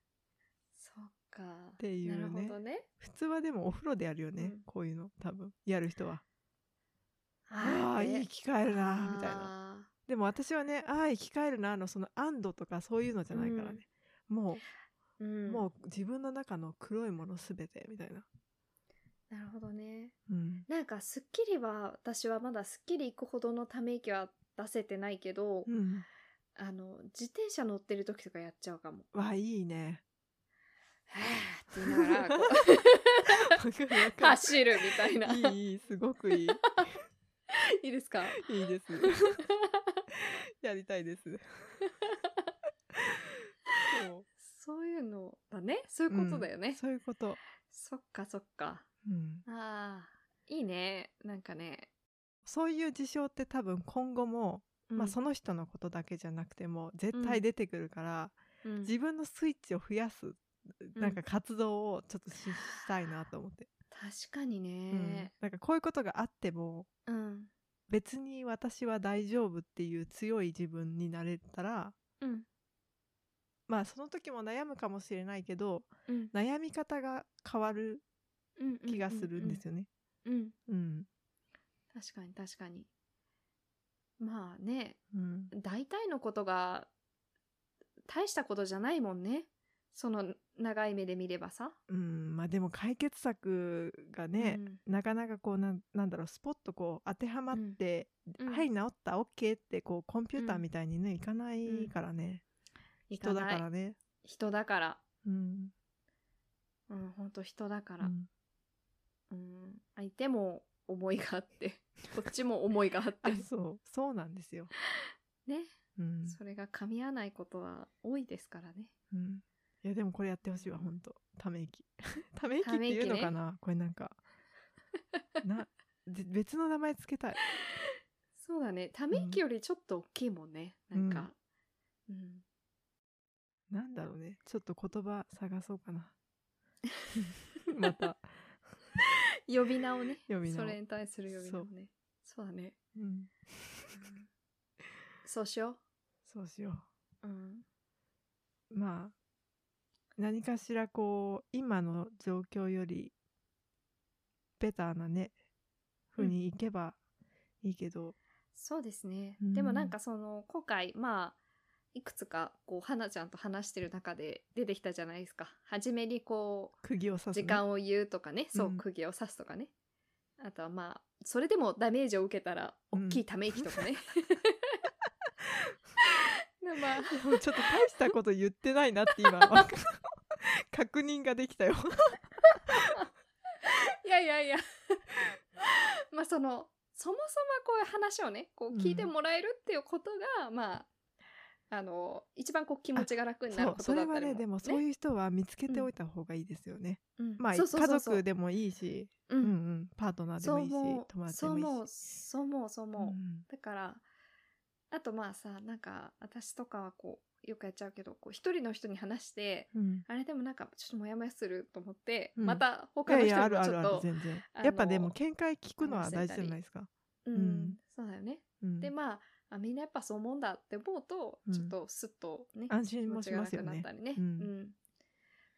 Speaker 1: そっか。
Speaker 2: ていうね
Speaker 1: なるほどね。
Speaker 2: 普通はでもお風呂でやるよね、
Speaker 1: うん
Speaker 2: こういうの多分やる人はああ
Speaker 1: ー
Speaker 2: ー
Speaker 1: ね
Speaker 2: いい着替えるなみたいな
Speaker 1: あ
Speaker 2: でも私はねああ生き返るなのその安堵とかそういうのじゃないからね、も
Speaker 1: ー。う
Speaker 2: う、
Speaker 1: ん。
Speaker 2: もう自分の中の黒いものすべてみたいな
Speaker 1: なるほどね。
Speaker 2: うん
Speaker 1: なんか、スッキリは、私はまだスッキリ行くほどのため息は出せてないけど、
Speaker 2: うん
Speaker 1: あの、自転車乗ってる時とかやっちゃうか も。
Speaker 2: わいい ね
Speaker 1: はぁって言いながら、こ
Speaker 2: わかるわ
Speaker 1: う
Speaker 2: かる
Speaker 1: 走るみたいな。
Speaker 2: いいいいすごくいい
Speaker 1: いいですか
Speaker 2: いいです やりたいですそ
Speaker 1: そういうのだね。そういうことだよね。
Speaker 2: うそういうこと、
Speaker 1: そっかそっか。
Speaker 2: うん、
Speaker 1: ああ、いいね。なんかね。
Speaker 2: そういう事象って多分今後もまあ、そ
Speaker 1: の、
Speaker 2: の人のことだけじゃなくても絶対出てくるから、
Speaker 1: うん
Speaker 2: 自分のスイッチを増やすなんか活動をちょっとし,、たいなと思って、
Speaker 1: 確かに
Speaker 2: うん
Speaker 1: ね。
Speaker 2: なんかこういうことがあっても
Speaker 1: うん。
Speaker 2: 別に私は大丈夫っていう強い自分になれたら
Speaker 1: うん。
Speaker 2: まあその時も悩むかもしれないけど
Speaker 1: うん。
Speaker 2: 悩み方が変わる
Speaker 1: うん
Speaker 2: 気がするんです
Speaker 1: よ。
Speaker 2: よね。
Speaker 1: うんうん。
Speaker 2: うん、
Speaker 1: 確かに確かに。まあね、
Speaker 2: うん
Speaker 1: 大体のことが大したことじゃないもんね。その長い目で見ればさ。
Speaker 2: うんまあでも解決策がね、なかなかこうなんなんだろうスポッとこう当てはまって、
Speaker 1: うん
Speaker 2: はい治った OK ってこうコンピューター
Speaker 1: うん
Speaker 2: みたいにね、いかないからね、
Speaker 1: うん、
Speaker 2: 人だか
Speaker 1: いない
Speaker 2: らね
Speaker 1: 人だから。
Speaker 2: うん、
Speaker 1: うん、ほんと人だか
Speaker 2: う
Speaker 1: ら。
Speaker 2: ん
Speaker 1: うん。相手も思いがあって、こっちも思いがあっ
Speaker 2: あ
Speaker 1: て。
Speaker 2: そうそうなんですよ、
Speaker 1: ね。
Speaker 2: うん
Speaker 1: それが噛み合わないことは多いですからね。
Speaker 2: うん、いやでもこれやってほしいわ本当ため息 ため息っていうのかな、これなんかなぜ別の名前つけたい
Speaker 1: そうだね。ため息よりちょっと大きいもんね。
Speaker 2: うん
Speaker 1: なんか。うん。
Speaker 2: なんだろうねちょっと言葉探そうか な また、
Speaker 1: 呼び名をね。
Speaker 2: 呼び名を
Speaker 1: それに対する呼び名をね。そうだね。
Speaker 2: うん、
Speaker 1: そうしよ
Speaker 2: そうしよう
Speaker 1: う。うん。
Speaker 2: まあ何かしらこう今の状況よりベターなね風にいけばいいけど、
Speaker 1: そうですね。
Speaker 2: うん
Speaker 1: でもなんかその、今回、まあ、いくつか、こう、花ちゃんと話してる中で出てきたじゃないですか。初めにこ
Speaker 2: 釘を刺す、
Speaker 1: う、
Speaker 2: ね、
Speaker 1: 時間を言うとかね。そうう、
Speaker 2: ん
Speaker 1: 釘を刺すとかね。あとはまあ、それでもダメージを受けたら、
Speaker 2: う
Speaker 1: 大
Speaker 2: ん
Speaker 1: きいため息とか ね。でまあ、
Speaker 2: で もちょっと大したこと言ってないなって今わか 確認ができたよ
Speaker 1: いやいやいやまあそのそもそもこういう話をねこ
Speaker 2: う
Speaker 1: うん聞いてもらえるっていうことが、まああの一番こう気持ちが楽 にな
Speaker 2: そ
Speaker 1: る
Speaker 2: う
Speaker 1: ことだ
Speaker 2: それ
Speaker 1: った
Speaker 2: は
Speaker 1: りも
Speaker 2: ねでもそう
Speaker 1: ね
Speaker 2: いう人は見つけておいた方がいいですよね、
Speaker 1: うん
Speaker 2: まあ
Speaker 1: そうそうそうそう
Speaker 2: 家族でもいいし、
Speaker 1: う
Speaker 2: うんうんん、パートナーで
Speaker 1: そう
Speaker 2: もいいし
Speaker 1: 思う
Speaker 2: 友達で
Speaker 1: そう
Speaker 2: も
Speaker 1: 思
Speaker 2: いいし
Speaker 1: うそう思うそう思う、
Speaker 2: うん
Speaker 1: だからあとまあさなんか私とかはこうよくやっちゃうけどこう一人の人に話して
Speaker 2: うん
Speaker 1: あれでもなんかちょっとモヤモヤすると思って、
Speaker 2: うん
Speaker 1: また
Speaker 2: い
Speaker 1: 他
Speaker 2: や
Speaker 1: の
Speaker 2: い
Speaker 1: 人
Speaker 2: やあ
Speaker 1: に
Speaker 2: る
Speaker 1: も
Speaker 2: あ
Speaker 1: ち
Speaker 2: る
Speaker 1: ょ
Speaker 2: あ
Speaker 1: っ
Speaker 2: る
Speaker 1: と
Speaker 2: 全然
Speaker 1: あの
Speaker 2: やっぱでも見解聞くのは大事じゃないですか
Speaker 1: う
Speaker 2: うんん
Speaker 1: そうだよね
Speaker 2: うん
Speaker 1: でまああみんなやっぱそう思うんだって思うと、
Speaker 2: うん
Speaker 1: ちょっとスッとね
Speaker 2: 安
Speaker 1: 気
Speaker 2: 心
Speaker 1: 持
Speaker 2: も
Speaker 1: ち
Speaker 2: し
Speaker 1: が
Speaker 2: ます
Speaker 1: 楽
Speaker 2: よ
Speaker 1: になった。
Speaker 2: ね
Speaker 1: りね
Speaker 2: うん
Speaker 1: うん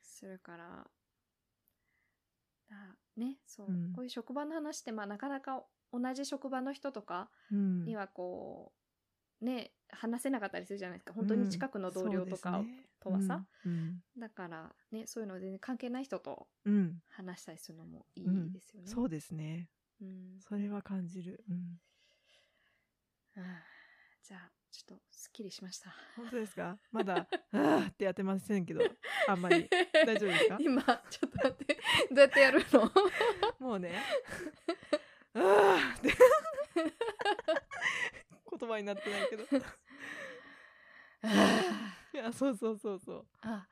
Speaker 1: するからだねそう、
Speaker 2: うん
Speaker 1: こういう職場の話ってまあなかなか同じ職場の人とか
Speaker 2: うん
Speaker 1: にはこう、ね話せなかったりするじゃないですか本当に近くの同僚とかとはさ、
Speaker 2: うん
Speaker 1: だからねそういうの全然関係ない人と
Speaker 2: そうですねうんうん
Speaker 1: 話したりするのもいい
Speaker 2: うん
Speaker 1: ですよね。
Speaker 2: そうですね
Speaker 1: うん
Speaker 2: それは感じる、 うん、
Speaker 1: はあじゃあちょっとすっきりしました。
Speaker 2: 本当ですかまだあーってやってませんけどあんまり大丈夫です か
Speaker 1: 今ちょっと待ってどうやってやる の
Speaker 2: も うねあーって 言葉になってないけどいやそうそうそうそう
Speaker 1: あ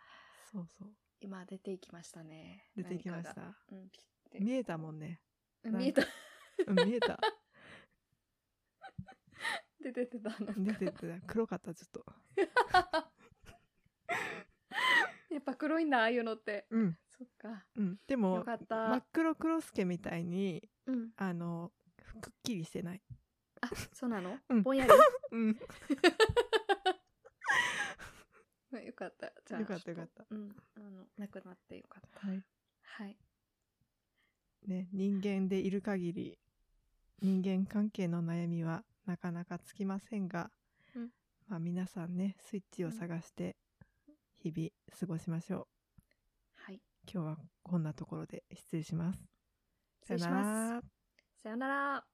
Speaker 2: そうそう
Speaker 1: 今出ていきましたね
Speaker 2: 出てきまし
Speaker 1: 何かが
Speaker 2: た
Speaker 1: うんピッて
Speaker 2: 見えたもんね
Speaker 1: うん見えた
Speaker 2: うん見 えた
Speaker 1: 出てってたなん
Speaker 2: 出
Speaker 1: か
Speaker 2: てってた黒かったちょっと
Speaker 1: やっぱ黒いんだああいうのって
Speaker 2: うん
Speaker 1: そっか
Speaker 2: うんでも
Speaker 1: よかった
Speaker 2: 真っ黒クロスケみたいに
Speaker 1: うん
Speaker 2: あのくっきりしてない
Speaker 1: あそうなの、
Speaker 2: うん
Speaker 1: ぼんやり
Speaker 2: うん
Speaker 1: まあよかった。じゃあ、
Speaker 2: よかったよかった
Speaker 1: ちょと。うん。あの、なくなってよかった。
Speaker 2: はい。
Speaker 1: はい。
Speaker 2: ね、人間でいる限り、人間関係の悩みはなかなかつきませんが、
Speaker 1: うん
Speaker 2: まあ皆さんね、スイッチを探して、日々過ごしましょう。
Speaker 1: はい。
Speaker 2: 今日はこんなところで失礼します。
Speaker 1: 失礼します。さよなら。